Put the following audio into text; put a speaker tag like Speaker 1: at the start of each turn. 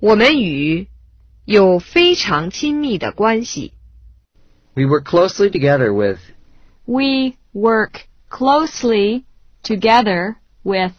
Speaker 1: 我们与有非常亲密的关系。
Speaker 2: We work closely together with
Speaker 3: We work closely together with